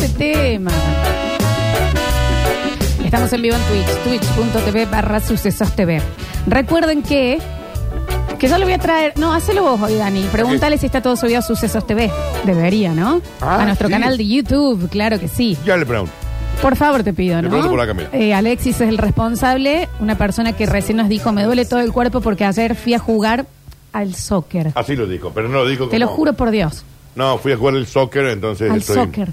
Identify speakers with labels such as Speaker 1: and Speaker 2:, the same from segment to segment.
Speaker 1: este Estamos en vivo en Twitch, twitch.tv barra sucesos TV. Recuerden que. Que yo le voy a traer. No, hacelo vos hoy, Dani. Pregúntale si está todo subido a Sucesos TV. Debería, ¿no?
Speaker 2: Ah,
Speaker 1: a nuestro
Speaker 2: sí.
Speaker 1: canal de YouTube, claro que sí.
Speaker 2: Ya le pregunto.
Speaker 1: Por favor, te pido,
Speaker 2: Le
Speaker 1: ¿no?
Speaker 2: pregunto por acá, mira.
Speaker 1: Eh, Alexis es el responsable, una persona que recién nos dijo, me duele todo el cuerpo porque ayer fui a jugar al soccer.
Speaker 2: Así lo dijo, pero Ah, no lo dijo
Speaker 1: Te lo
Speaker 2: como-
Speaker 1: juro por Dios,
Speaker 2: No, fui a jugar el soccer, entonces
Speaker 1: al
Speaker 2: estoy-
Speaker 1: soccer.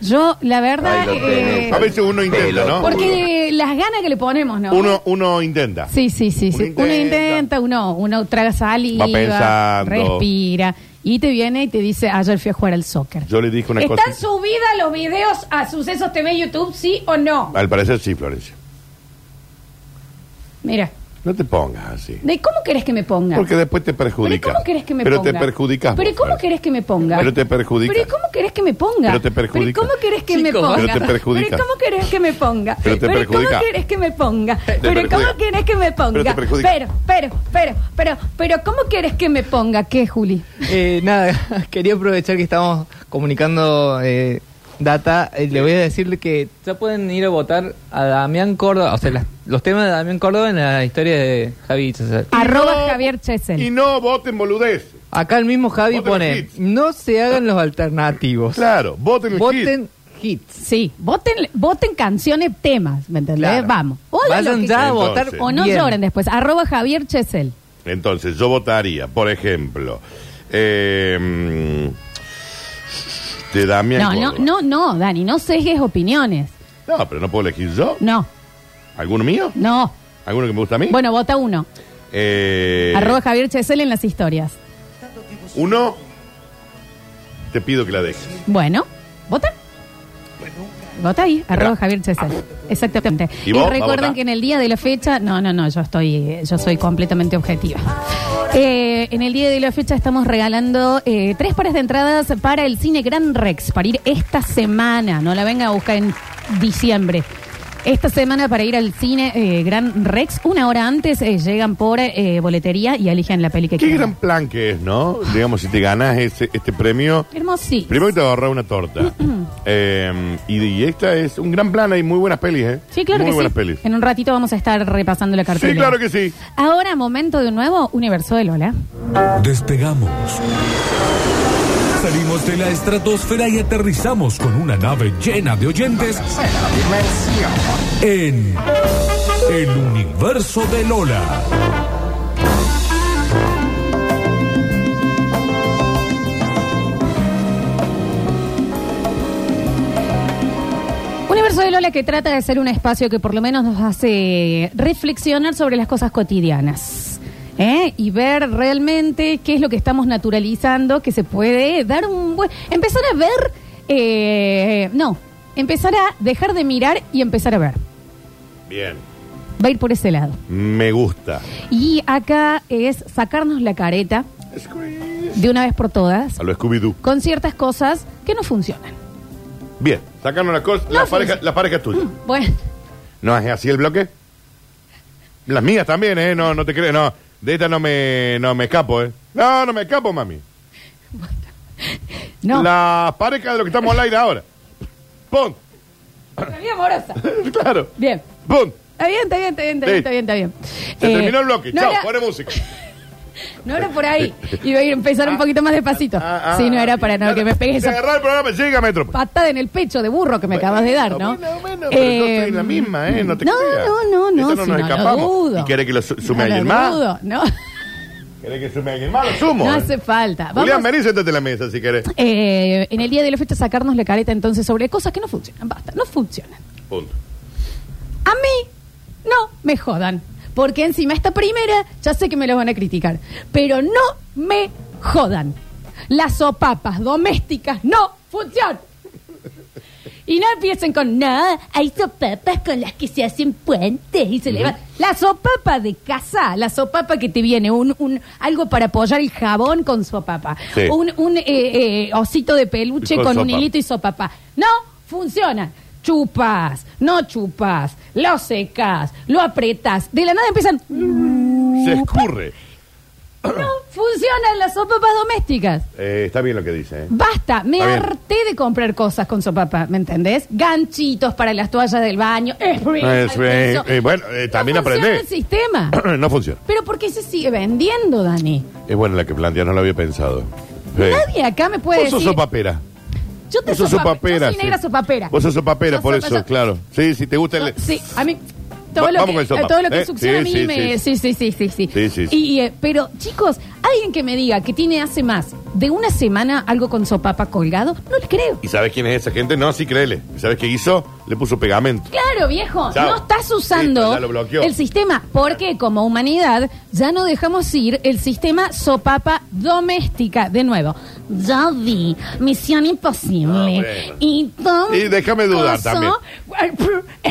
Speaker 1: Yo, la verdad,
Speaker 3: Ahí lo
Speaker 1: eh,
Speaker 3: tenés.
Speaker 2: A veces uno intenta, ¿no?
Speaker 1: porque las ganas que le ponemos, ¿no?
Speaker 2: Uno, uno intenta.
Speaker 1: Sí, sí, sí. sí.
Speaker 2: Uno
Speaker 1: Uno
Speaker 2: intenta.
Speaker 1: intenta, uno, uno traga saliva,
Speaker 2: Va pensando.
Speaker 1: respira. Y te viene y te dice, ayer fui a jugar al soccer.
Speaker 2: Yo le dije una
Speaker 1: ¿Están
Speaker 2: cosa.
Speaker 1: subidas los videos a Sucesos TV YouTube, sí o no?
Speaker 2: Al parecer sí, Florencia.
Speaker 1: Mira,
Speaker 2: No te pongas así.
Speaker 1: ¿de cómo querés que me ponga?
Speaker 2: Porque después te perjudica.
Speaker 1: ¿Pero cómo querés que me
Speaker 2: Pero
Speaker 1: ponga?
Speaker 2: te perjudicas.
Speaker 1: ¿Pero
Speaker 2: vos,
Speaker 1: cómo
Speaker 2: Florencia.
Speaker 1: querés que me ponga?
Speaker 2: Pero te perjudicas.
Speaker 1: ¿Pero cómo querés que me ponga?
Speaker 2: Pero te perjudica.
Speaker 1: ¿Pero cómo querés que me
Speaker 3: Chicos.
Speaker 1: ponga?
Speaker 2: Pero te perjudica.
Speaker 1: ¿Pero cómo querés que me ponga?
Speaker 2: Pero te perjudica.
Speaker 1: cómo querés que me ponga? ¿Pero
Speaker 2: perjudica.
Speaker 1: cómo querés que me ponga?
Speaker 2: Pero te perjudica.
Speaker 1: Pero, pero, pero, pero, pero, ¿cómo querés que me ponga? ¿Qué, Juli?
Speaker 4: Eh, nada, quería aprovechar que estamos comunicando eh, data. Eh, le voy a decirle que ya pueden ir a votar a Damián Córdoba, o sea, las- los temas de Damián Córdoba en la historia de Javi Chesel.
Speaker 2: Y
Speaker 1: Arroba
Speaker 2: no-
Speaker 1: Javier Chesel.
Speaker 2: Y no voten boludez.
Speaker 4: Acá el mismo Javi
Speaker 2: Voten los
Speaker 4: pone,
Speaker 2: hits.
Speaker 4: no se hagan los alternativos.
Speaker 2: Claro, voten el hit.
Speaker 4: voten hits.
Speaker 1: Sí, voten, voten canciones, temas, ¿me entendés?
Speaker 4: Claro.
Speaker 1: Vamos. O de lo
Speaker 4: Vayan
Speaker 1: que
Speaker 4: ya a
Speaker 1: sea.
Speaker 4: votar.
Speaker 2: Entonces.
Speaker 1: O no
Speaker 4: bien.
Speaker 1: lloren después. Arroba Javier Chesel.
Speaker 2: Entonces, yo votaría, por ejemplo, eh, de Damián.
Speaker 1: No, no,
Speaker 2: Córdoba.
Speaker 1: no, no, Dani, no sesgues opiniones.
Speaker 2: No, pero no puedo elegir yo.
Speaker 1: No,
Speaker 2: ¿Alguno mío?
Speaker 1: no.
Speaker 2: ¿Alguno que me gusta a mí?
Speaker 1: Bueno, vota uno.
Speaker 2: Eh,
Speaker 1: Arroba Javier Chesel en las historias.
Speaker 2: Uno, te pido que la dejes.
Speaker 1: Bueno, vota. Vota ahí, arroba Javier Chesel. Exactamente.
Speaker 2: ¿Y vos? ¿Va a
Speaker 1: recuerden
Speaker 2: votar?
Speaker 1: que en el día de la fecha, no, no, no, yo estoy, eh, yo soy completamente objetiva. Eh, en el día de la fecha estamos regalando eh, tres pares de entradas para el cine Gran Rex, para ir esta semana, no la venga a buscar en diciembre. Esta semana para ir al cine eh, Gran Rex, una hora antes eh, llegan por eh, boletería y eligen la peli que
Speaker 2: Qué
Speaker 1: quieran.
Speaker 2: gran plan que es, ¿no? Digamos, si te ganás ese- este premio,
Speaker 1: Hermoso, sí.
Speaker 2: primero que te agarrar una torta. Eh, y, y esta es un gran plan, hay muy buenas pelis, ¿eh?
Speaker 1: Sí, claro
Speaker 2: muy
Speaker 1: que
Speaker 2: buenas
Speaker 1: sí.
Speaker 2: pelis.
Speaker 1: En un ratito vamos a estar repasando la cartelera.
Speaker 2: Sí, claro que sí.
Speaker 1: Ahora, momento de un nuevo universo de Lola.
Speaker 5: Despegamos. Salimos de la estratosfera y aterrizamos con una nave llena de oyentes en el universo de Lola.
Speaker 1: Universo de Lola que trata de ser un espacio que por lo menos nos hace reflexionar sobre las cosas cotidianas. ¿eh? Y ver realmente qué es lo que estamos naturalizando, que se puede dar un buen... Empezar a ver... eh, no, empezar a dejar de mirar y empezar a ver.
Speaker 2: Bien,
Speaker 1: Va a ir por ese lado.
Speaker 2: me gusta.
Speaker 1: Y acá es sacarnos la careta de una vez por todas
Speaker 2: A lo Scooby-Doo.
Speaker 1: con ciertas cosas que no funcionan.
Speaker 2: Bien, sacaron una cosa, la,
Speaker 1: No,
Speaker 2: pareja,
Speaker 1: sí.
Speaker 2: la pareja es tuya.
Speaker 1: Mm, Bueno,
Speaker 2: ¿No es así el bloque? Las mías también, ¿eh? No, no te crees, no. De esta no me, no me escapo, ¿eh? No, no me escapo, mami.
Speaker 1: no.
Speaker 2: Las parejas de lo que estamos al aire ahora. ¡Pum!
Speaker 1: Salí amorosa.
Speaker 2: claro.
Speaker 1: Bien.
Speaker 2: ¡Pum!
Speaker 1: Está bien, está bien, está bien, está
Speaker 2: Sí.
Speaker 1: bien, está bien, está bien.
Speaker 2: Se
Speaker 1: Eh,
Speaker 2: terminó el bloque.
Speaker 1: No
Speaker 2: Chao,
Speaker 1: era,
Speaker 2: pone música.
Speaker 1: no era por ahí. Iba a ir a empezar un poquito más despacito.
Speaker 2: Ah, ah,
Speaker 1: si no era
Speaker 2: ah,
Speaker 1: para no,
Speaker 2: claro.
Speaker 1: que me pegues
Speaker 2: Se
Speaker 1: esa
Speaker 2: agarró el programa, llega Metro.
Speaker 1: patada en el pecho de burro que me acabas de dar, ¿no?
Speaker 2: Bueno, bueno, pero yo estoy en la misma, ¿eh? No te
Speaker 1: no,
Speaker 2: creas.
Speaker 1: no, no, no,
Speaker 2: Esto
Speaker 1: si
Speaker 2: nos
Speaker 1: no lo
Speaker 2: escapamos.
Speaker 1: dudo.
Speaker 2: ¿Y quiere que lo su- sume
Speaker 1: No lo
Speaker 2: alguien más?
Speaker 1: dudo, No,
Speaker 2: ¿Querés que sume a alguien más? Lo sumo.
Speaker 1: no
Speaker 2: ¿eh?
Speaker 1: hace falta.
Speaker 2: Julián,
Speaker 1: Vamos,
Speaker 2: vení, sentate en la mesa si querés.
Speaker 1: eh, en el día de la fecha sacarnos la careta entonces sobre cosas que no funcionan. Basta, no funcionan.
Speaker 2: Punto.
Speaker 1: A mí no me jodan. Porque encima esta primera ya sé que me lo van a criticar. Pero no me jodan. Las sopapas domésticas no funcionan. Y no empiecen con, no, hay sopapas con las que se hacen puentes y se le La sopapa de casa, la sopapa que te viene, un, un algo para apoyar el jabón con sopapa.
Speaker 2: Sí.
Speaker 1: Un, un eh, eh, osito de peluche
Speaker 2: Con
Speaker 1: con, un
Speaker 2: sopapa.
Speaker 1: hilito y sopapa. No funciona. Chupas, no chupas, lo secas, lo apretas. De la nada empiezan.
Speaker 2: Se escurre.
Speaker 1: No Funcionan las sopapas domésticas.
Speaker 2: Eh, está bien lo que dice. ¿eh?
Speaker 1: Basta, me
Speaker 2: Está bien.
Speaker 1: harté de comprar cosas con sopapa, ¿me entendés? Ganchitos para las toallas del baño, spray,
Speaker 2: Eh,
Speaker 1: al
Speaker 2: spray,
Speaker 1: piso.
Speaker 2: eh, bueno, eh, también
Speaker 1: no funciona
Speaker 2: aprendés.
Speaker 1: el sistema.
Speaker 2: ¿eh? no funciona.
Speaker 1: Pero ¿por qué se sigue vendiendo, Dani?
Speaker 2: Es buena la que plantea, no lo había pensado. Sí.
Speaker 1: Nadie acá me puede
Speaker 2: Vos sos
Speaker 1: decir.
Speaker 2: sopapera.
Speaker 1: Yo te
Speaker 2: Vos sos
Speaker 1: sopa-
Speaker 2: sopapera.
Speaker 1: Yo soy negra
Speaker 2: sí.
Speaker 1: sopapera.
Speaker 2: Vos sos sopapera,
Speaker 1: Yo
Speaker 2: por
Speaker 1: sopa-
Speaker 2: eso,
Speaker 1: yo-
Speaker 2: claro. Sí, si te gusta
Speaker 1: No,
Speaker 2: el...
Speaker 1: Ah, sí, a mí. Todo,
Speaker 2: Va-
Speaker 1: lo,
Speaker 2: vamos con
Speaker 1: que,
Speaker 2: el sopa,
Speaker 1: todo lo que
Speaker 2: ¿eh?
Speaker 1: succiona
Speaker 2: Sí,
Speaker 1: a mí
Speaker 2: sí,
Speaker 1: me. Sí, sí, sí, sí. sí.
Speaker 2: Sí, sí, sí.
Speaker 1: Y, eh, pero, chicos, alguien que me diga que tiene hace más de una semana algo con sopapa colgado, no le creo.
Speaker 2: ¿Y sabes quién es esa gente? No, sí, créele. ¿Y sabes qué hizo? Le puso pegamento.
Speaker 1: Claro, viejo,
Speaker 2: Chao.
Speaker 1: no estás
Speaker 2: Listo,
Speaker 1: usando
Speaker 2: ya lo bloqueó.
Speaker 1: el sistema, porque como humanidad ya no dejamos ir el sistema sopapa doméstica. De nuevo, ya vi, misión imposible.
Speaker 2: Ah, bueno.
Speaker 1: Y, todo
Speaker 2: Y déjame dudar también.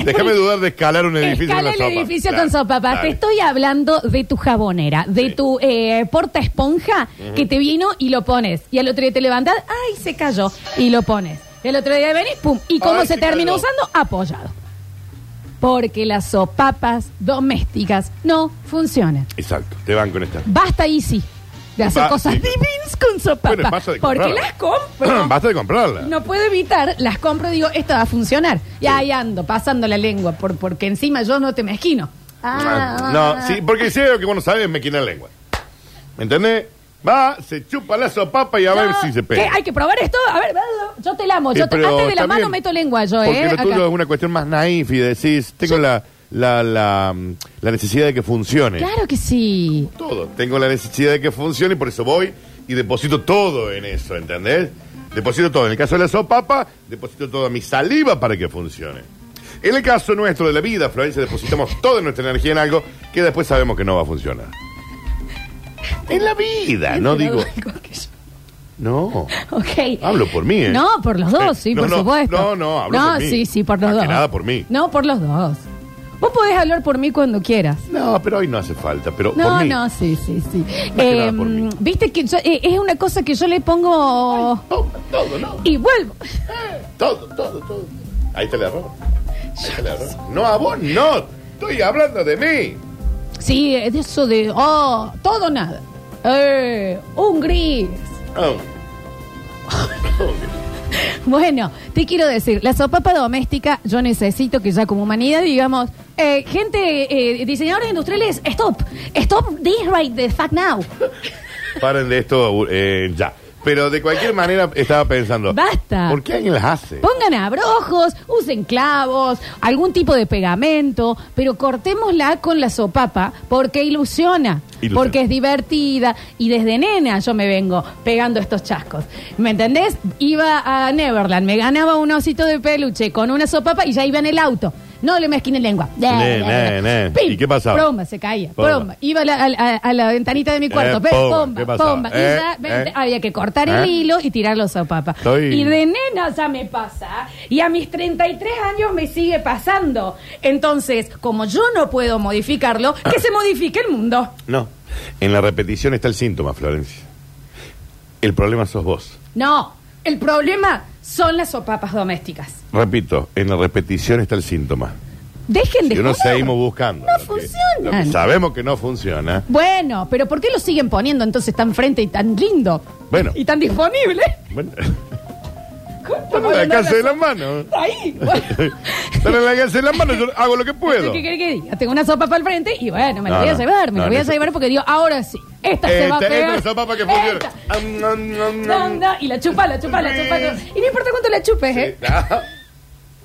Speaker 2: Déjame dudar de escalar un edificio
Speaker 1: Escala
Speaker 2: con
Speaker 1: el
Speaker 2: la sopa.
Speaker 1: edificio
Speaker 2: Claro,
Speaker 1: con sopapa.
Speaker 2: dale.
Speaker 1: Te estoy hablando de tu jabonera, de
Speaker 2: Sí.
Speaker 1: tu eh, porta esponja que te vino y lo pones. Y al otro día te levantás, ¡ay, se cayó! Y lo pones. Y al otro día venís, ¡pum! ¿Y cómo
Speaker 2: Ay,
Speaker 1: se
Speaker 2: se
Speaker 1: termina
Speaker 2: cayó.
Speaker 1: usando? Apoyado. Porque las sopapas domésticas no funcionan.
Speaker 2: Exacto, te van con esta.
Speaker 1: Basta y sí de hacer
Speaker 2: Ba-
Speaker 1: cosas
Speaker 2: sí.
Speaker 1: divinas con
Speaker 2: Bueno,
Speaker 1: sopapa.
Speaker 2: basta de
Speaker 1: porque
Speaker 2: comprarla.
Speaker 1: las compro.
Speaker 2: Basta de comprarla.
Speaker 1: No puedo evitar, las compro y digo, esto va a funcionar. Y ahí ando, pasando la lengua, por, porque encima yo no te mezquino.
Speaker 2: Ah, No, sí, porque si hay algo que vos no sabes, me quina la lengua. ¿Me entendés? Va, se chupa la sopapa y a ver
Speaker 1: No, eh,
Speaker 2: si se
Speaker 1: ¿qué?
Speaker 2: pega.
Speaker 1: ¿Hay que probar esto? A ver, yo te lamo.
Speaker 2: Eh,
Speaker 1: Yo te-
Speaker 2: pero
Speaker 1: antes de la
Speaker 2: está
Speaker 1: mano
Speaker 2: bien,
Speaker 1: meto lengua yo,
Speaker 2: Porque
Speaker 1: ¿eh?
Speaker 2: lo tuyo
Speaker 1: Acá.
Speaker 2: es una cuestión más naif y decís, tengo
Speaker 1: Sí.
Speaker 2: la, la, la, mm, la necesidad de que funcione.
Speaker 1: Claro que sí.
Speaker 2: Todo. Tengo la necesidad de que funcione y por eso voy y deposito todo en eso, ¿entendés? Deposito todo. En el caso de la sopapa, deposito toda mi saliva para que funcione. En el caso nuestro de la vida, Florencia, depositamos toda nuestra energía en algo que después sabemos que no va a funcionar. En la vida, no digo.
Speaker 1: Igual que yo.
Speaker 2: No.
Speaker 1: Ok.
Speaker 2: Hablo por mí, ¿eh?
Speaker 1: No, por los dos, sí,
Speaker 2: No,
Speaker 1: por
Speaker 2: no,
Speaker 1: supuesto.
Speaker 2: no, no, hablo por mí.
Speaker 1: sí, sí, por los
Speaker 2: Más que
Speaker 1: dos.
Speaker 2: nada por mí.
Speaker 1: No, por los dos. Vos podés hablar por mí cuando quieras.
Speaker 2: No, pero hoy no hace falta. Pero por
Speaker 1: No,
Speaker 2: mí.
Speaker 1: no, sí, sí, sí.
Speaker 2: que nada
Speaker 1: Eh,
Speaker 2: por mí.
Speaker 1: Viste que yo- eh, es una cosa que yo le pongo
Speaker 2: Todo, todo, no.
Speaker 1: y vuelvo.
Speaker 2: Todo, todo, todo. Ahí te le error. Ahí está el error. No, a vos no. Estoy hablando de mí.
Speaker 1: Sí, es de eso de, oh, todo nada. Eh, un gris.
Speaker 2: Oh.
Speaker 1: Bueno, te quiero decir, la sopapa doméstica, yo necesito que ya como humanidad digamos, eh, gente, eh, diseñadores industriales, stop, stop this right the fuck now.
Speaker 2: Paren de esto eh, ya. Pero de cualquier manera estaba pensando.
Speaker 1: Basta.
Speaker 2: ¿Por qué alguien las hace?
Speaker 1: Pongan abrojos, usen clavos, algún tipo de pegamento, pero cortémosla con la sopapa porque ilusiona,
Speaker 2: Ilusiona.
Speaker 1: porque es divertida y desde nena yo me vengo pegando estos chascos. ¿Me entendés? Iba a Neverland, me ganaba un osito de peluche con una sopapa y ya iba en el auto. No le mezquine lengua.
Speaker 2: Ne, ne, ne.
Speaker 1: Pim.
Speaker 2: ¿Y qué pasaba?
Speaker 1: Broma, se caía.
Speaker 2: Pomba.
Speaker 1: Broma. Iba a la, a la- a la ventanita de mi cuarto.
Speaker 2: Eh,
Speaker 1: Pim,
Speaker 2: pomba,
Speaker 1: pomba,
Speaker 2: ¿qué pasaba?
Speaker 1: pomba. Y
Speaker 2: Eh,
Speaker 1: ya, ven,
Speaker 2: eh.
Speaker 1: había que cortar el
Speaker 2: ¿Eh?
Speaker 1: hilo y tirar los sopapas.
Speaker 2: Estoy-
Speaker 1: Y de nena ya me pasa y a mis 33 años me sigue pasando. Entonces, como yo no puedo modificarlo, que se modifique el mundo.
Speaker 2: No. En la repetición está el síntoma, Florencia. El problema sos vos.
Speaker 1: No, el problema son las sopapas domésticas.
Speaker 2: Repito, en la repetición está el síntoma.
Speaker 1: Dejen de
Speaker 2: Y uno
Speaker 1: joder.
Speaker 2: seguimos buscando.
Speaker 1: No
Speaker 2: lo que- lo que
Speaker 1: funcionan.
Speaker 2: sabemos que no funciona.
Speaker 1: bueno, pero ¿por qué lo siguen poniendo entonces tan frente y tan lindo?
Speaker 2: Bueno.
Speaker 1: Y tan disponible.
Speaker 2: Bueno,
Speaker 1: Bueno,
Speaker 2: están al alcance de las manos.
Speaker 1: Ahí. bueno.
Speaker 2: Están al alcance de las manos, yo hago lo que puedo.
Speaker 1: ¿Qué querés que diga? Tengo una sopa para el frente y bueno, me la
Speaker 2: No,
Speaker 1: voy a
Speaker 2: no.
Speaker 1: llevar, me la
Speaker 2: No,
Speaker 1: voy a
Speaker 2: no.
Speaker 1: llevar porque digo, ahora sí, esta se va a
Speaker 2: Esta-
Speaker 1: pegar.
Speaker 2: esta Este, es la sopa para que
Speaker 1: Esta.
Speaker 2: funcione. Am, am, am, am.
Speaker 1: Anda, y la chupa, la chupa, la chupa. la- Y no importa cuánto la chupes, ¿eh?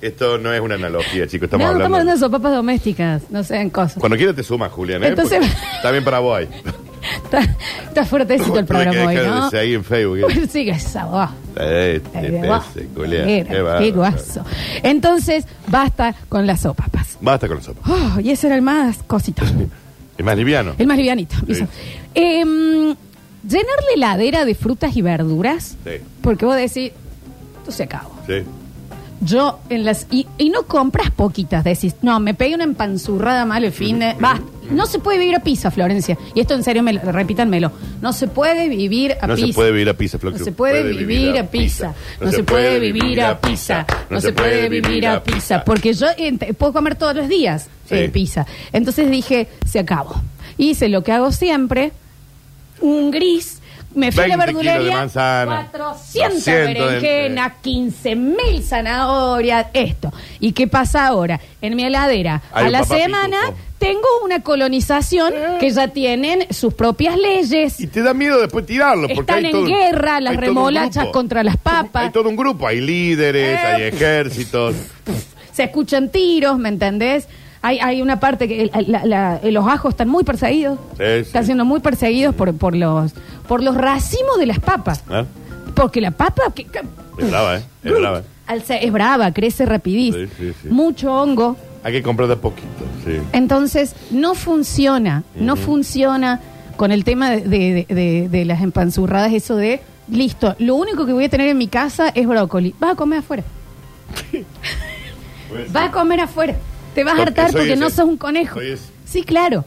Speaker 2: Esto no es una analogía, chicos.
Speaker 1: no,
Speaker 2: Estamos hablando.
Speaker 1: estamos hablando de sopapas domésticas, no sean cosas.
Speaker 2: Cuando quieras te sumas, Julián. ¿eh?
Speaker 1: Entonces- Eh,
Speaker 2: Porque Está bien para vos ahí.
Speaker 1: Está, está fuertecito el
Speaker 2: Tuve que
Speaker 1: programa hoy,
Speaker 2: dejar de
Speaker 1: ¿no?
Speaker 2: seguir en Facebook. ¿eh?
Speaker 1: Bueno, Sigue esa voz.
Speaker 2: Este
Speaker 1: Ahí de vos.
Speaker 2: pese, Julián.
Speaker 1: eh, Mira,
Speaker 2: Qué bárbaro.
Speaker 1: Qué guaso. Entonces, basta con las sopapas.
Speaker 2: Basta con la sopa.
Speaker 1: Oh, y ese era el más cosito.
Speaker 2: Es más liviano.
Speaker 1: El más livianito.
Speaker 2: Sí.
Speaker 1: eso. Em, llenar la heladera de frutas y verduras.
Speaker 2: Sí.
Speaker 1: Porque vos decís, tú se acabó.
Speaker 2: Sí.
Speaker 1: Yo en las. Y, y no compras poquitas, decís, no, me pegué una empanzurrada mal el fin de. Basta. No se puede vivir a pizza, Florencia. Y esto en serio, me, lo- repítanmelo. No se puede vivir a
Speaker 2: No
Speaker 1: pizza.
Speaker 2: se puede vivir a pizza, Flo.
Speaker 1: No se puede vivir a pizza. No se puede vivir a pizza. No se puede vivir a pizza. Porque yo ent- puedo comer todos los días eh,
Speaker 2: Sí.
Speaker 1: pizza. Entonces dije, se acabó. Hice lo que hago siempre. un gris. Me fui a la
Speaker 2: 20 kilos de
Speaker 1: verdulería,
Speaker 2: manzana,
Speaker 1: 400
Speaker 2: 200 de-
Speaker 1: berenjenas, 15.000 zanahorias, esto. ¿Y qué pasa ahora? En mi heladera,
Speaker 2: Hay
Speaker 1: a
Speaker 2: un
Speaker 1: la
Speaker 2: papá
Speaker 1: semana
Speaker 2: pitufo.
Speaker 1: tengo una colonización que ya tienen sus propias leyes.
Speaker 2: Y te da miedo después tirarlo. Porque
Speaker 1: Están
Speaker 2: hay
Speaker 1: en
Speaker 2: todo-
Speaker 1: guerra las
Speaker 2: hay todo un
Speaker 1: remolachas
Speaker 2: grupo.
Speaker 1: contra las papas.
Speaker 2: Hay todo un grupo, hay líderes,
Speaker 1: Eh.
Speaker 2: hay ejércitos.
Speaker 1: se escuchan tiros, ¿me entendés? Hay, hay una parte que el- la- la- los ajos están muy perseguidos.
Speaker 2: Sí,
Speaker 1: Están
Speaker 2: sí.
Speaker 1: siendo muy perseguidos por, por los por los racimos de las papas.
Speaker 2: ¿Eh?
Speaker 1: Porque la papa que- que-
Speaker 2: Es brava, ¿eh? Es brava.
Speaker 1: al ser- es brava, crece rapidísimo.
Speaker 2: Sí, sí, sí.
Speaker 1: Mucho hongo.
Speaker 2: Hay que comprar de a poquito, sí.
Speaker 1: Entonces, no funciona, no funciona con el tema de, de- de- de las empanzurradas, eso de, listo, lo único que voy a tener en mi casa es brócoli. Vas a comer afuera. Vas a comer afuera. Te vas a
Speaker 2: Porque
Speaker 1: hartar
Speaker 2: soy
Speaker 1: porque
Speaker 2: ese.
Speaker 1: no sos un conejo.
Speaker 2: Soy ese.
Speaker 1: Sí, claro.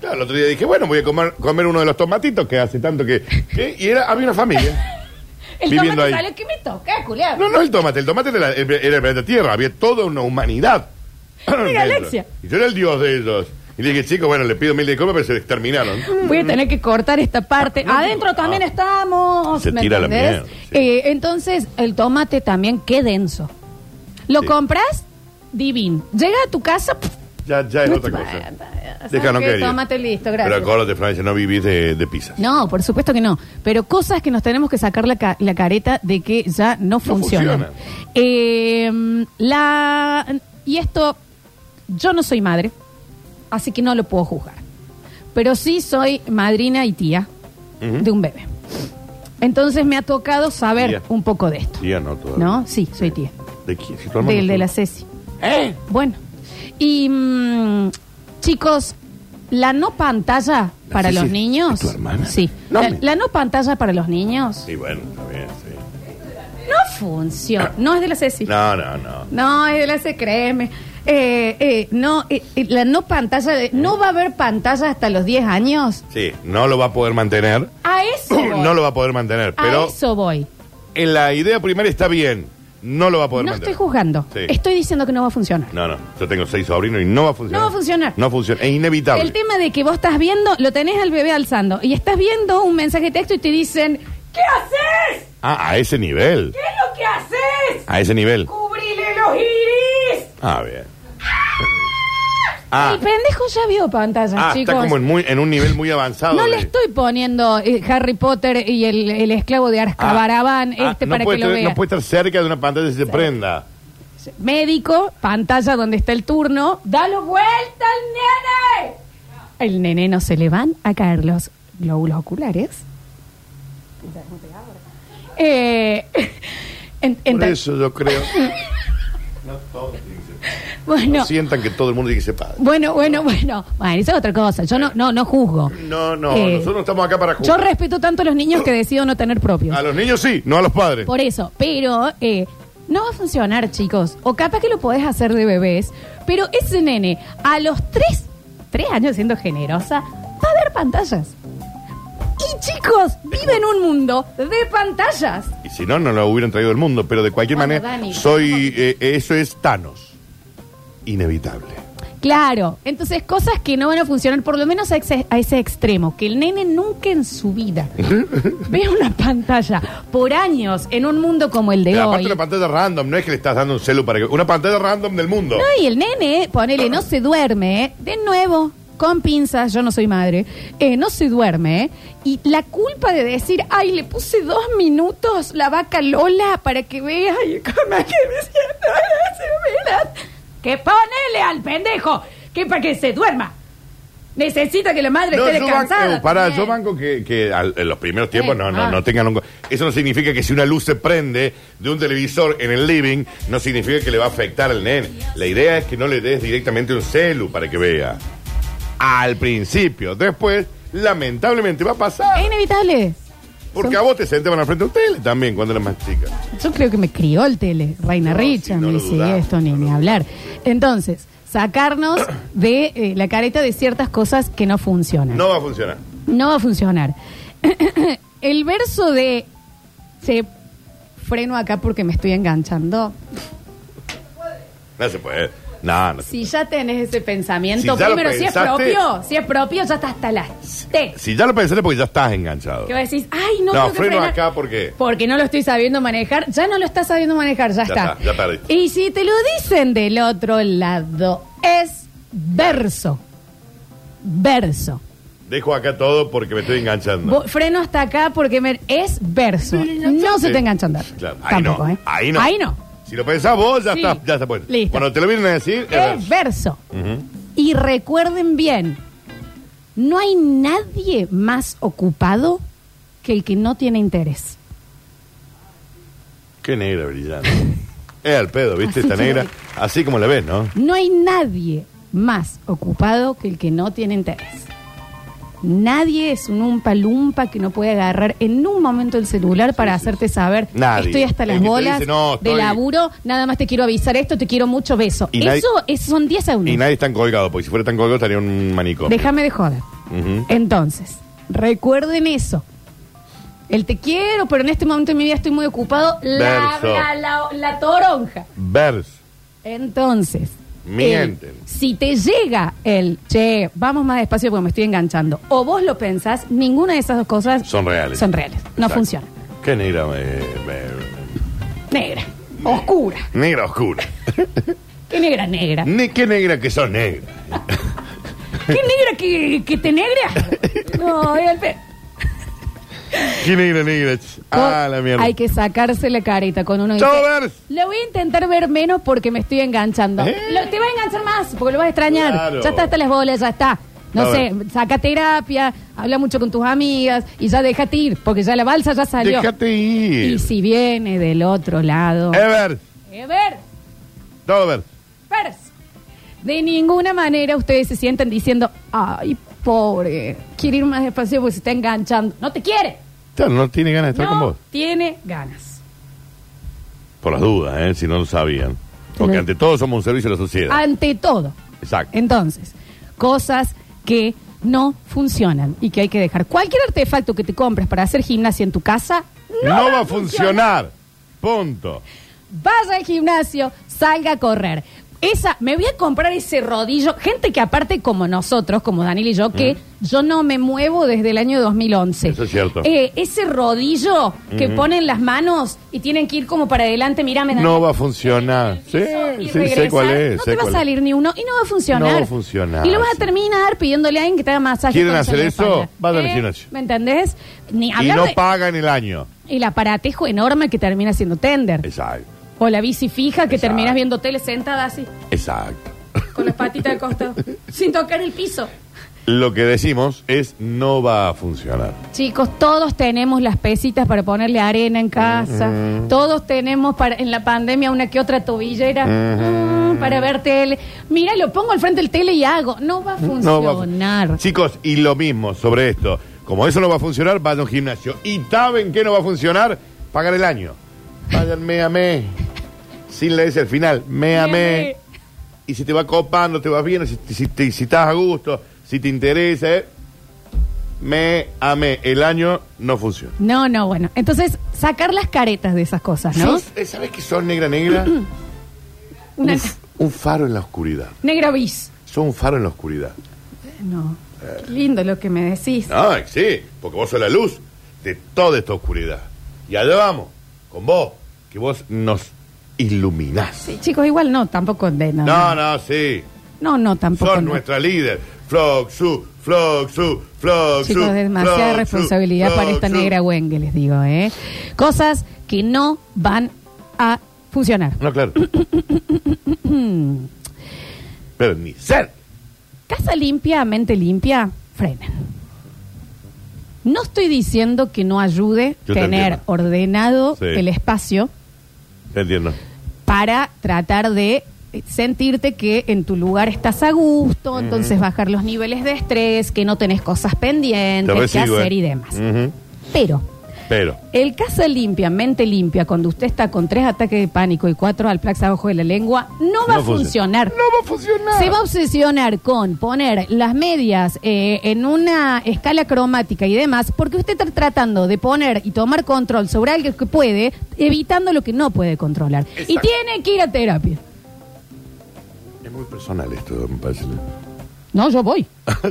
Speaker 2: Claro, el otro día dije, bueno, voy a comer, comer uno de los tomatitos que hace tanto que... que- Y era, había una familia.
Speaker 1: El
Speaker 2: Viviendo
Speaker 1: tomate
Speaker 2: ahí.
Speaker 1: sale que me toca, culiado.
Speaker 2: No, no el tomate, el tomate era, el- era el planeta Tierra, había toda una humanidad. dentro.
Speaker 1: Alexia.
Speaker 2: Y yo era el dios de ellos. Y le dije, chicos, bueno, le pido mil disculpas, pero se exterminaron.
Speaker 1: Voy a tener que cortar esta parte. Adentro también
Speaker 2: Ah.
Speaker 1: estamos.
Speaker 2: Se
Speaker 1: ¿me
Speaker 2: tira la
Speaker 1: entendés?
Speaker 2: mierda, sí.
Speaker 1: Eh, entonces, el tomate también, qué denso. Lo
Speaker 2: Sí.
Speaker 1: compras, divino. Llega a tu casa, pff,
Speaker 2: Ya, ya es otra cosa. Deja, no
Speaker 1: Ok,
Speaker 2: quería.
Speaker 1: tomate listo, gracias.
Speaker 2: Pero acuérdate, Francia, no vivís de, de pizzas.
Speaker 1: No, por supuesto que no. Pero cosas que nos tenemos que sacar la, ca- la careta de que ya no, funcionan.
Speaker 2: funcionan.
Speaker 1: Eh, la, y esto, yo no soy madre, así que no lo puedo juzgar. Pero sí soy madrina y tía
Speaker 2: Ujú.
Speaker 1: de un bebé. Entonces me ha tocado saber
Speaker 2: Tía.
Speaker 1: un poco de esto.
Speaker 2: Tía no, todavía.
Speaker 1: ¿No? Sí, soy tía.
Speaker 2: ¿De quién? Si tu hermano
Speaker 1: Del de
Speaker 2: tú-
Speaker 1: la Ceci.
Speaker 2: ¿Eh?
Speaker 1: Bueno. Y mm, chicos, la no pantalla
Speaker 2: ¿La
Speaker 1: para
Speaker 2: Ceci
Speaker 1: los
Speaker 2: es
Speaker 1: niños.
Speaker 2: tu hermana?
Speaker 1: Sí.
Speaker 2: No
Speaker 1: la,
Speaker 2: me-
Speaker 1: la no pantalla para los niños
Speaker 2: Sí, bueno, está bien, sí.
Speaker 1: no funciona. No es de la Ceci. No,
Speaker 2: Ah. No, no, no.
Speaker 1: es de la Ceci, créeme. Eh, eh, no, eh, eh, la no pantalla, de- no va a haber pantalla hasta los 10 años.
Speaker 2: Sí, no lo va a poder mantener.
Speaker 1: A eso voy.
Speaker 2: no lo va a poder mantener,
Speaker 1: a
Speaker 2: pero
Speaker 1: eso voy.
Speaker 2: en la idea primaria está bien. No lo va a poder
Speaker 1: No
Speaker 2: mantener.
Speaker 1: estoy juzgando.
Speaker 2: Sí.
Speaker 1: Estoy diciendo que no va a funcionar.
Speaker 2: No, no. Yo tengo seis sobrinos y no va a funcionar.
Speaker 1: No va a funcionar.
Speaker 2: No funciona. Es inevitable.
Speaker 1: El tema de que vos estás viendo, lo tenés al bebé alzando y estás viendo un mensaje de texto y te dicen, ¿qué haces?
Speaker 2: Ah, a ese nivel.
Speaker 1: ¿Qué es lo que haces?
Speaker 2: A ese nivel.
Speaker 1: ¡Cubrile los iris!
Speaker 2: Ah, bien. Ah,
Speaker 1: El pendejo ya vio pantallas,
Speaker 2: ah,
Speaker 1: chicos.
Speaker 2: está como en, muy, en un nivel muy avanzado.
Speaker 1: No
Speaker 2: de-
Speaker 1: le estoy poniendo eh, Harry Potter y el, el esclavo de
Speaker 2: Ah,
Speaker 1: Azkaban
Speaker 2: ah,
Speaker 1: este
Speaker 2: no
Speaker 1: para que
Speaker 2: puede
Speaker 1: lo
Speaker 2: tener-
Speaker 1: vea.
Speaker 2: No puede estar cerca de una pantalla si se prenda.
Speaker 1: Médico, pantalla donde está el turno. ¡Dalo vuelta al nene! El nene no se le van a caer los glóbulos oculares. Eh, en- en-
Speaker 2: Por eso yo creo. no todos tienen que ser-
Speaker 1: bueno,
Speaker 2: no sientan que todo el mundo tiene que ser padre.
Speaker 1: bueno, bueno, bueno. Bueno, esa es otra cosa. Yo no, no, no juzgo.
Speaker 2: No, no,
Speaker 1: Eh,
Speaker 2: nosotros no estamos acá para
Speaker 1: Yo
Speaker 2: jugar.
Speaker 1: respeto tanto a los niños que decido no tener propios.
Speaker 2: A los niños sí, no a los padres.
Speaker 1: Por eso, pero eh, no va a funcionar, chicos. O capaz que lo podés hacer de bebés, pero ese nene, a los tres, tres años siendo generosa, va a ver pantallas. Y chicos, vive en un mundo de pantallas.
Speaker 2: Y si no, no lo hubieran traído al mundo. Pero de cualquier
Speaker 1: Bueno,
Speaker 2: manera,
Speaker 1: Dani,
Speaker 2: soy. eh, eso es Thanos. Inevitable.
Speaker 1: Claro, entonces cosas que no van a funcionar, por lo menos a ese, a ese extremo, que el nene nunca en su vida vea una pantalla por años en un mundo como el de
Speaker 2: Pero
Speaker 1: hoy.
Speaker 2: aparte, una pantalla random, no es que le estás dando un celu para que. Una pantalla random del mundo.
Speaker 1: No, y el nene, ponele, no se duerme, ¿eh? de nuevo, con pinzas, yo no soy madre, eh, no se duerme, ¿eh? y la culpa de decir, ay, le puse dos minutos la vaca Lola para que vea, y como que me siento, se me la- que ponele al pendejo, que para que se duerma. Necesita que la madre esté
Speaker 2: yo banco,
Speaker 1: descansada.
Speaker 2: eh, pará,
Speaker 1: también.
Speaker 2: yo banco que, que al- en los primeros tiempos
Speaker 1: Eh,
Speaker 2: no, no,
Speaker 1: ah.
Speaker 2: no tengan un... go- Eso no significa que si una luz se prende de un televisor en el living, no significa que le va a afectar al nene. La idea es que no le des directamente un celu para que vea. Al principio. Después, lamentablemente, va a
Speaker 1: Es
Speaker 2: pasar.
Speaker 1: inevitable.
Speaker 2: Porque a vos te sentaban al frente de un tele también cuando eras más chica.
Speaker 1: Yo creo que me crió el tele, Reina
Speaker 2: No,
Speaker 1: Richa,
Speaker 2: sí, no
Speaker 1: me
Speaker 2: lo
Speaker 1: dice
Speaker 2: dudamos,
Speaker 1: esto, ni,
Speaker 2: no lo
Speaker 1: ni hablar. Entonces, sacarnos de eh, la careta de ciertas cosas que no funcionan.
Speaker 2: No va a funcionar.
Speaker 1: No va a funcionar. el verso de se freno acá porque me estoy enganchando.
Speaker 2: No se puede. No, no.
Speaker 1: Si ya tenés ese pensamiento,
Speaker 2: Si ya lo
Speaker 1: primero, si es
Speaker 2: pensaste-
Speaker 1: propio, si es propio, ya está hasta las T.
Speaker 2: Si ya lo pensaste porque ya estás enganchado.
Speaker 1: Que vos decís, ay, no,
Speaker 2: No,
Speaker 1: tengo que
Speaker 2: freno
Speaker 1: frenar.
Speaker 2: acá, ¿por qué?
Speaker 1: Porque no lo estoy sabiendo manejar. Ya no lo estás sabiendo manejar, ya,
Speaker 2: Ya
Speaker 1: está.
Speaker 2: está, ya perdiste.
Speaker 1: Y si te lo dicen del otro lado, es verso. Verso.
Speaker 2: Dejo acá todo porque me estoy enganchando.
Speaker 1: Vos- Freno hasta acá porque me- es verso. No se te engancha andar.
Speaker 2: Claro, Ahí,
Speaker 1: Tampoco,
Speaker 2: no.
Speaker 1: ¿eh?
Speaker 2: ahí no.
Speaker 1: Ahí no.
Speaker 2: Si lo pensás vos, ya
Speaker 1: Sí.
Speaker 2: está, ya está puesto.
Speaker 1: Listo.
Speaker 2: Cuando te lo vienen a decir, es
Speaker 1: Es
Speaker 2: verdad.
Speaker 1: verso.
Speaker 2: Ujú.
Speaker 1: Y recuerden bien, no hay nadie más ocupado que el que no tiene interés.
Speaker 2: Qué negra brillante. es al pedo, ¿viste? Esta
Speaker 1: Así
Speaker 2: negra. Así como la ves, ¿no?
Speaker 1: No hay nadie más ocupado que el que no tiene interés. Nadie es un umpa lumpa que no puede agarrar en un momento el celular para hacerte saber
Speaker 2: Nadie.
Speaker 1: estoy hasta
Speaker 2: El
Speaker 1: las
Speaker 2: que te
Speaker 1: bolas
Speaker 2: dice, "No,
Speaker 1: de
Speaker 2: estoy-"
Speaker 1: laburo, nada más te quiero avisar esto, te quiero mucho beso.
Speaker 2: Y nadie-
Speaker 1: Eso es- son 10
Speaker 2: Y
Speaker 1: segundos.
Speaker 2: nadie es tan colgado, porque si fuera tan colgado estaría un manicomio.
Speaker 1: Déjame de joder.
Speaker 2: Ujú.
Speaker 1: Entonces, recuerden eso. El te quiero, pero en este momento de mi vida estoy muy ocupado. La,
Speaker 2: Verso.
Speaker 1: la, la- la toronja.
Speaker 2: Verso.
Speaker 1: Entonces.
Speaker 2: Mienten.
Speaker 1: el- si te llega el, che, vamos más despacio porque me estoy enganchando, o vos lo pensás, ninguna de esas dos cosas
Speaker 2: Son reales.
Speaker 1: Son reales. No
Speaker 2: Exacto.
Speaker 1: funciona.
Speaker 2: Qué negra. eh, eh,
Speaker 1: Negra. Oscura.
Speaker 2: negra oscura.
Speaker 1: Qué negra, negra.
Speaker 2: Ne- qué negra que sos negra.
Speaker 1: Qué negra que, que te negra. No, el pe-
Speaker 2: Qué negra, negra. ch- Ah, la mierda.
Speaker 1: Hay que sacarse la carita con uno y
Speaker 2: Chau,
Speaker 1: dice,
Speaker 2: Bers.
Speaker 1: Lo voy a intentar ver menos porque me estoy enganchando.
Speaker 2: ¿Eh?
Speaker 1: Lo- te va a enganchar más porque lo vas a extrañar.
Speaker 2: Claro.
Speaker 1: Ya está hasta las bolas, ya está. No
Speaker 2: A
Speaker 1: sé, saca terapia, habla mucho con tus amigas y ya déjate ir porque ya la balsa ya salió.
Speaker 2: Déjate ir. Eh.
Speaker 1: Y si viene del otro lado. Eh,
Speaker 2: Ever.
Speaker 1: Ever,
Speaker 2: Todo ver.
Speaker 1: Bers. De ninguna manera ustedes se sientan diciendo, ay, pobre, quiere ir más despacio porque se está enganchando. No te quiere.
Speaker 2: Claro, no tiene ganas de estar
Speaker 1: no
Speaker 2: con vos.
Speaker 1: tiene ganas.
Speaker 2: Por las dudas, ¿eh? si no lo sabían. Porque
Speaker 1: Claro.
Speaker 2: ante todo somos un servicio a la sociedad.
Speaker 1: Ante todo.
Speaker 2: Exacto.
Speaker 1: Entonces, cosas que no funcionan y que hay que dejar. Cualquier artefacto que te compres para hacer gimnasia en tu casa, no,
Speaker 2: No va a funcionar. Punto.
Speaker 1: Vaya al gimnasio, salga a correr. Esa, me voy a comprar ese rodillo. Gente que aparte como nosotros, como Daniel y yo, que yo no me muevo desde el año 2011.
Speaker 2: Mm. Eso es cierto.
Speaker 1: Eh, ese rodillo que ponen las manos y tienen que ir como para adelante, mírame. Daniel.
Speaker 2: No va a funcionar. Sí,
Speaker 1: y
Speaker 2: sí, sé cuál
Speaker 1: regresar,
Speaker 2: es.
Speaker 1: No
Speaker 2: sé
Speaker 1: te va a
Speaker 2: cuál es.
Speaker 1: salir ni uno y no va a funcionar.
Speaker 2: No va a funcionar,
Speaker 1: Y lo vas
Speaker 2: sí.
Speaker 1: a terminar pidiéndole a alguien que te haga masaje.
Speaker 2: ¿Quieren
Speaker 1: con
Speaker 2: hacer
Speaker 1: Sonia
Speaker 2: eso?
Speaker 1: Espalda.
Speaker 2: Vayan al
Speaker 1: Eh,
Speaker 2: gimnasio.
Speaker 1: ¿Me entendés? Ni
Speaker 2: Y
Speaker 1: hablar
Speaker 2: no
Speaker 1: de
Speaker 2: pagan el año.
Speaker 1: el aparatejo enorme que termina siendo tender.
Speaker 2: Exacto.
Speaker 1: O la bici fija que
Speaker 2: Exacto.
Speaker 1: terminas viendo tele sentada así,
Speaker 2: Exacto.
Speaker 1: con las patitas de costado, sin tocar el piso.
Speaker 2: Lo que decimos es no va a funcionar.
Speaker 1: Chicos, todos tenemos las pesitas para ponerle arena en casa. Todos tenemos para, en la pandemia una que otra tobillera ah, para ver tele. Mira, lo pongo al frente del tele y hago. No va a
Speaker 2: No va a fun-
Speaker 1: funcionar.
Speaker 2: Chicos, y lo mismo sobre esto. Como eso no va a funcionar, vayan a un gimnasio. ¿Y saben qué no va a funcionar? Pagar el año. Vayan me a me. Sin la S al final. Me a me. Y si te va copando, te vas bien, si, si, te- si estás a gusto, si te interesa, eh, me a me. El año no funciona.
Speaker 1: No, no, bueno. Entonces, sacar las caretas de esas cosas, ¿no?
Speaker 2: Sos- eh, ¿Sabes que son negra, negra?
Speaker 1: Una
Speaker 2: un, f- un faro en la oscuridad.
Speaker 1: negra bis.
Speaker 2: Son un faro en la oscuridad.
Speaker 1: No. Qué lindo lo que me decís.
Speaker 2: Ah, sí, porque vos sos la luz de toda esta oscuridad. Y allá vamos, con vos, que vos nos iluminás.
Speaker 1: Sí, chicos, igual no, tampoco de no.
Speaker 2: No, no, sí.
Speaker 1: No, no, tampoco.
Speaker 2: Sos
Speaker 1: no.
Speaker 2: nuestra líder. Floxu, Floxu, Floxu.
Speaker 1: Chicos, demasiada
Speaker 2: Floxu,
Speaker 1: responsabilidad para esta
Speaker 2: Floxu.
Speaker 1: negra Wengue, les digo, ¿eh? Cosas que no van a funcionar.
Speaker 2: No, claro. Pero ni ser.
Speaker 1: Casa limpia, mente limpia, frenen. No estoy diciendo que no ayude
Speaker 2: Yo te
Speaker 1: tener
Speaker 2: entiendo.
Speaker 1: ordenado
Speaker 2: Sí.
Speaker 1: el espacio
Speaker 2: Te entiendo.
Speaker 1: para tratar de eh, sentirte que en tu lugar estás a
Speaker 2: Mm.
Speaker 1: gusto, entonces bajar los niveles de estrés, que no tenés cosas
Speaker 2: Te
Speaker 1: pendientes que
Speaker 2: recibo,
Speaker 1: hacer
Speaker 2: eh.
Speaker 1: y demás.
Speaker 2: Ujú.
Speaker 1: Pero
Speaker 2: Pero,
Speaker 1: el casa limpia, mente limpia, cuando usted está con tres ataques de pánico y cuatro al plax abajo de la lengua, no va
Speaker 2: No
Speaker 1: a
Speaker 2: funciona.
Speaker 1: funcionar.
Speaker 2: no va a funcionar.
Speaker 1: Se va a obsesionar con poner las medias eh, en una escala cromática y demás, porque usted está tratando de poner y tomar control sobre algo que puede, evitando lo que no puede controlar. Y
Speaker 2: Exacto.
Speaker 1: tiene que ir a terapia.
Speaker 2: Es muy muy personal esto, me parece.
Speaker 1: No, yo voy.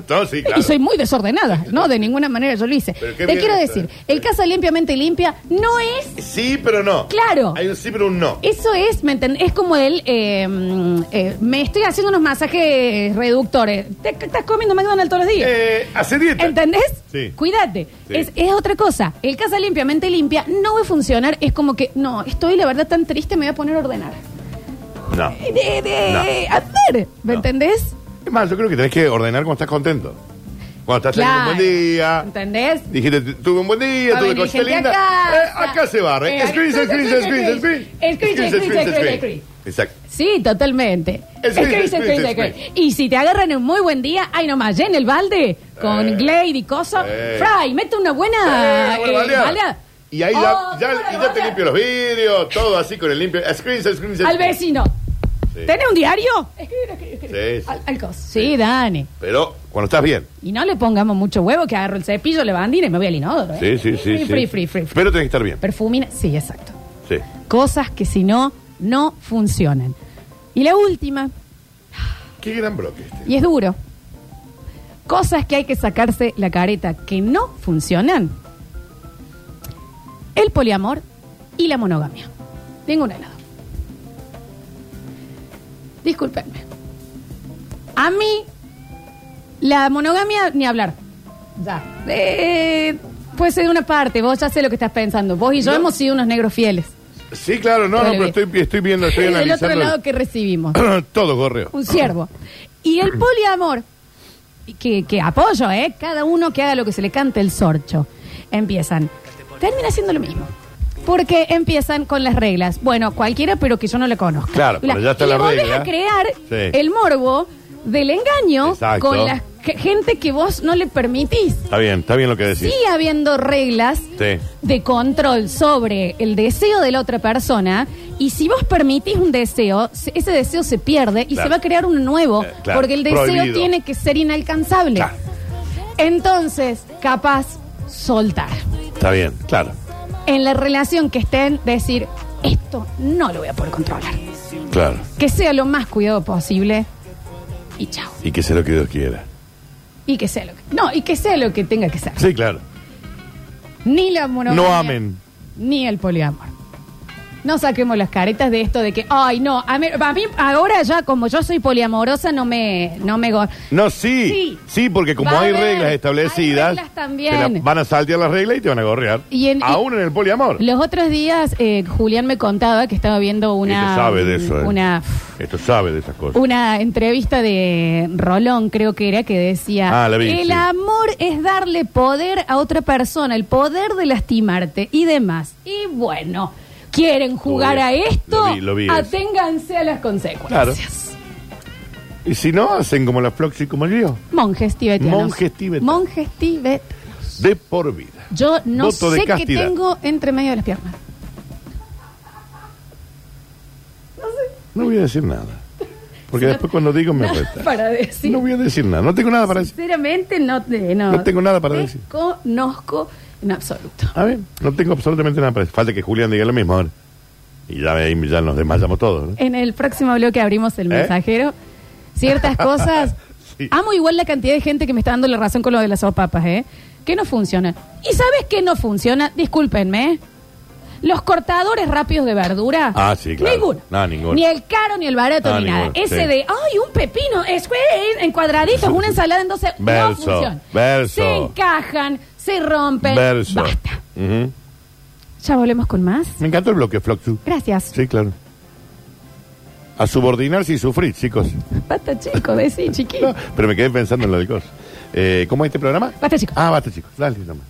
Speaker 2: no, sí, claro.
Speaker 1: Y soy muy desordenada. No, de ninguna manera yo lo hice.
Speaker 2: Pero qué
Speaker 1: Te
Speaker 2: bien
Speaker 1: quiero
Speaker 2: está.
Speaker 1: decir, el casa limpiamente limpia no es
Speaker 2: Sí, pero no.
Speaker 1: Claro.
Speaker 2: Hay un sí, pero un no.
Speaker 1: Eso es, ¿me enten- Es como el. eh, mm, eh, me estoy haciendo unos masajes reductores. Te, estás comiendo McDonald's todos los días.
Speaker 2: Eh, hace dieta.
Speaker 1: ¿Entendés?
Speaker 2: Sí.
Speaker 1: Cuídate.
Speaker 2: Sí.
Speaker 1: Es, es otra cosa. El casa limpiamente limpia no va a funcionar. Es como que, no, estoy la verdad tan triste, me voy a poner a ordenar.
Speaker 2: No.
Speaker 1: Eh, de- de- A ver, ¿me
Speaker 2: No.
Speaker 1: entendés?
Speaker 2: Es más, yo creo que tenés que ordenar cuando estás contento. Cuando estás teniendo un buen día.
Speaker 1: ¿Entendés?
Speaker 2: Dijiste, tu- tuve un buen día,
Speaker 1: Va a
Speaker 2: tuve
Speaker 1: venir
Speaker 2: cosita
Speaker 1: gente
Speaker 2: linda.
Speaker 1: a
Speaker 2: Eh,
Speaker 1: casa.
Speaker 2: acá se barre.
Speaker 1: Eh, screen,
Speaker 2: Screen, screen, screen,
Speaker 1: screen,
Speaker 2: screen,
Speaker 1: screen.
Speaker 2: screen.
Speaker 1: Screen, screen, screen, screen.
Speaker 2: Exacto.
Speaker 1: Sí, totalmente. Es
Speaker 2: Es
Speaker 1: que
Speaker 2: gris,
Speaker 1: dice
Speaker 2: es gris,
Speaker 1: Twitter
Speaker 2: es
Speaker 1: que-
Speaker 2: gris.
Speaker 1: Y si te agarran en muy buen día, ay nomás, llena el balde con
Speaker 2: Eh.
Speaker 1: Glade y cosas.
Speaker 2: Eh.
Speaker 1: Fry, mete una buena.
Speaker 2: Eh, bueno,
Speaker 1: eh,
Speaker 2: baleada.
Speaker 1: baleada.
Speaker 2: Y ahí
Speaker 1: Oh,
Speaker 2: ya, ya-
Speaker 1: buena
Speaker 2: y ya te
Speaker 1: baleada.
Speaker 2: limpio los vidrios, todo así con el limpio. Eh, Screen, screen, screen.
Speaker 1: Al
Speaker 2: screen.
Speaker 1: vecino.
Speaker 2: Sí.
Speaker 1: ¿Tenés un diario? Escribir, escribir, escribir.
Speaker 2: Sí, sí.
Speaker 1: Al, al cos. Sí, Dani.
Speaker 2: Pero cuando estás bien.
Speaker 1: Y no le pongamos mucho huevo que agarro el cepillo, le bandina y me voy al inodoro. ¿eh?
Speaker 2: Sí, sí, sí.
Speaker 1: Free,
Speaker 2: sí.
Speaker 1: free, free, free, free.
Speaker 2: Pero tenés que estar bien.
Speaker 1: Perfumina. Sí, exacto.
Speaker 2: Sí.
Speaker 1: Cosas que si no, no funcionan. Y la última,
Speaker 2: Qué gran bloque este.
Speaker 1: Y es duro. Cosas que hay que sacarse la careta que no funcionan. El poliamor y la monogamia. Tengo un helado. Discúlpenme. A mí, la monogamia, ni hablar. Ya. Eh, puede ser de una parte, vos ya sé lo que estás pensando. Vos y yo
Speaker 2: No.
Speaker 1: hemos sido unos negros fieles.
Speaker 2: Sí, claro, no,
Speaker 1: Todo
Speaker 2: no,
Speaker 1: lo
Speaker 2: pero
Speaker 1: bien.
Speaker 2: estoy, estoy viendo, estoy
Speaker 1: El
Speaker 2: analizando.
Speaker 1: otro lado que recibimos
Speaker 2: todo correo.
Speaker 1: un siervo. Y
Speaker 2: Mm.
Speaker 1: el poliamor, que, que apoyo, ¿eh? Cada uno que haga lo que se le cante el sorcho. Empiezan. Termina haciendo lo mismo. Porque empiezan con las reglas. Bueno, cualquiera, pero que yo no le conozca.
Speaker 2: Claro,
Speaker 1: Y la-
Speaker 2: pero ya está
Speaker 1: y le
Speaker 2: la
Speaker 1: volvés
Speaker 2: regla.
Speaker 1: a crear
Speaker 2: Sí.
Speaker 1: el morbo del engaño
Speaker 2: Exacto.
Speaker 1: con la ge- gente que vos no le permitís.
Speaker 2: Está bien, está bien lo que decís.
Speaker 1: Sigue habiendo reglas
Speaker 2: Sí.
Speaker 1: de control sobre el deseo de la otra persona y si vos permitís un deseo, se- ese deseo se pierde y
Speaker 2: Claro.
Speaker 1: se va a crear uno nuevo
Speaker 2: Eh, claro.
Speaker 1: porque el deseo
Speaker 2: Prohibido.
Speaker 1: tiene que ser inalcanzable.
Speaker 2: Claro.
Speaker 1: Entonces, capaz soltar.
Speaker 2: Está bien, claro.
Speaker 1: En la relación que estén, decir, esto no lo voy a poder controlar.
Speaker 2: Claro.
Speaker 1: Que sea lo más cuidado posible y chao.
Speaker 2: Y que sea lo que Dios quiera.
Speaker 1: Y que sea lo que... No, y que sea lo que tenga que ser.
Speaker 2: Sí, claro.
Speaker 1: Ni la monogamia.
Speaker 2: No amen.
Speaker 1: Ni el poliamor. No saquemos las caretas de esto de que, ay, no, a mí, a mí ahora ya como yo soy poliamorosa no me, no me go-
Speaker 2: No, sí.
Speaker 1: Sí.
Speaker 2: Sí, porque como
Speaker 1: Va a
Speaker 2: hay
Speaker 1: haber,
Speaker 2: reglas establecidas,
Speaker 1: hay reglas también.
Speaker 2: te la- van a saltear las reglas y te van a gorrear.
Speaker 1: Y en- y-
Speaker 2: Aún en el poliamor.
Speaker 1: Los otros días eh, Julián me contaba que estaba viendo una
Speaker 2: Esto Este sabe de eso, ¿eh?
Speaker 1: una
Speaker 2: Esto sabe de esas cosas.
Speaker 1: una entrevista de Rolón, creo que era que decía,
Speaker 2: Ah, la vi,
Speaker 1: el
Speaker 2: sí.
Speaker 1: amor es darle poder a otra persona, el poder de lastimarte y demás. Y bueno, quieren jugar
Speaker 2: Lo
Speaker 1: a
Speaker 2: vi,
Speaker 1: esto,
Speaker 2: lo vi, lo vi eso.
Speaker 1: aténganse a las consecuencias.
Speaker 2: Y si no, hacen como las Flox y como yo.
Speaker 1: Monjes tibetanos.
Speaker 2: Monjes tibetanos.
Speaker 1: Monjes tibet-
Speaker 2: De por vida.
Speaker 1: Yo no
Speaker 2: Voto de
Speaker 1: sé qué
Speaker 2: castidad.
Speaker 1: tengo entre medio de las piernas.
Speaker 2: No voy a decir nada. Porque después cuando digo me
Speaker 1: Nada
Speaker 2: reta.
Speaker 1: para decir.
Speaker 2: No voy a decir nada. No tengo nada para decir.
Speaker 1: Sinceramente no, te- no,
Speaker 2: No tengo nada para decir.
Speaker 1: Desconozco en absoluto.
Speaker 2: A ver, no tengo absolutamente nada para decir. Falta que Julián diga lo mismo ahora. Y ya, ahí ya nos desmayamos todos. ¿no?
Speaker 1: En el próximo bloque abrimos el
Speaker 2: ¿Eh?
Speaker 1: mensajero. Ciertas cosas.
Speaker 2: Sí.
Speaker 1: Amo igual la cantidad de gente que me está dando la razón con lo de las sopapas, ¿eh? Que no funciona. ¿Y sabes qué no funciona? Discúlpenme. ¿eh? Los cortadores rápidos de verdura.
Speaker 2: Ah, sí, claro.
Speaker 1: Ninguno.
Speaker 2: No, ninguno.
Speaker 1: Ni el caro, ni el barato,
Speaker 2: No,
Speaker 1: ni nada.
Speaker 2: ninguno,
Speaker 1: Ese
Speaker 2: sí.
Speaker 1: de, ay, un pepino, es que en cuadraditos, una ensalada, entonces no
Speaker 2: Verso,
Speaker 1: funciona.
Speaker 2: verso.
Speaker 1: Se encajan, se rompen.
Speaker 2: Verso.
Speaker 1: Basta.
Speaker 2: Ujú.
Speaker 1: Ya volvemos con más.
Speaker 2: Me encantó el bloque Floxu.
Speaker 1: Gracias.
Speaker 2: Sí, claro. A subordinarse y sufrir, chicos.
Speaker 1: Basta, chico, decí,
Speaker 2: No,
Speaker 1: chiquito.
Speaker 2: pero me quedé pensando en lo del cos. Eh, ¿Cómo es este programa?
Speaker 1: Basta, chico.
Speaker 2: Ah, basta, chicos. Dale, nomás.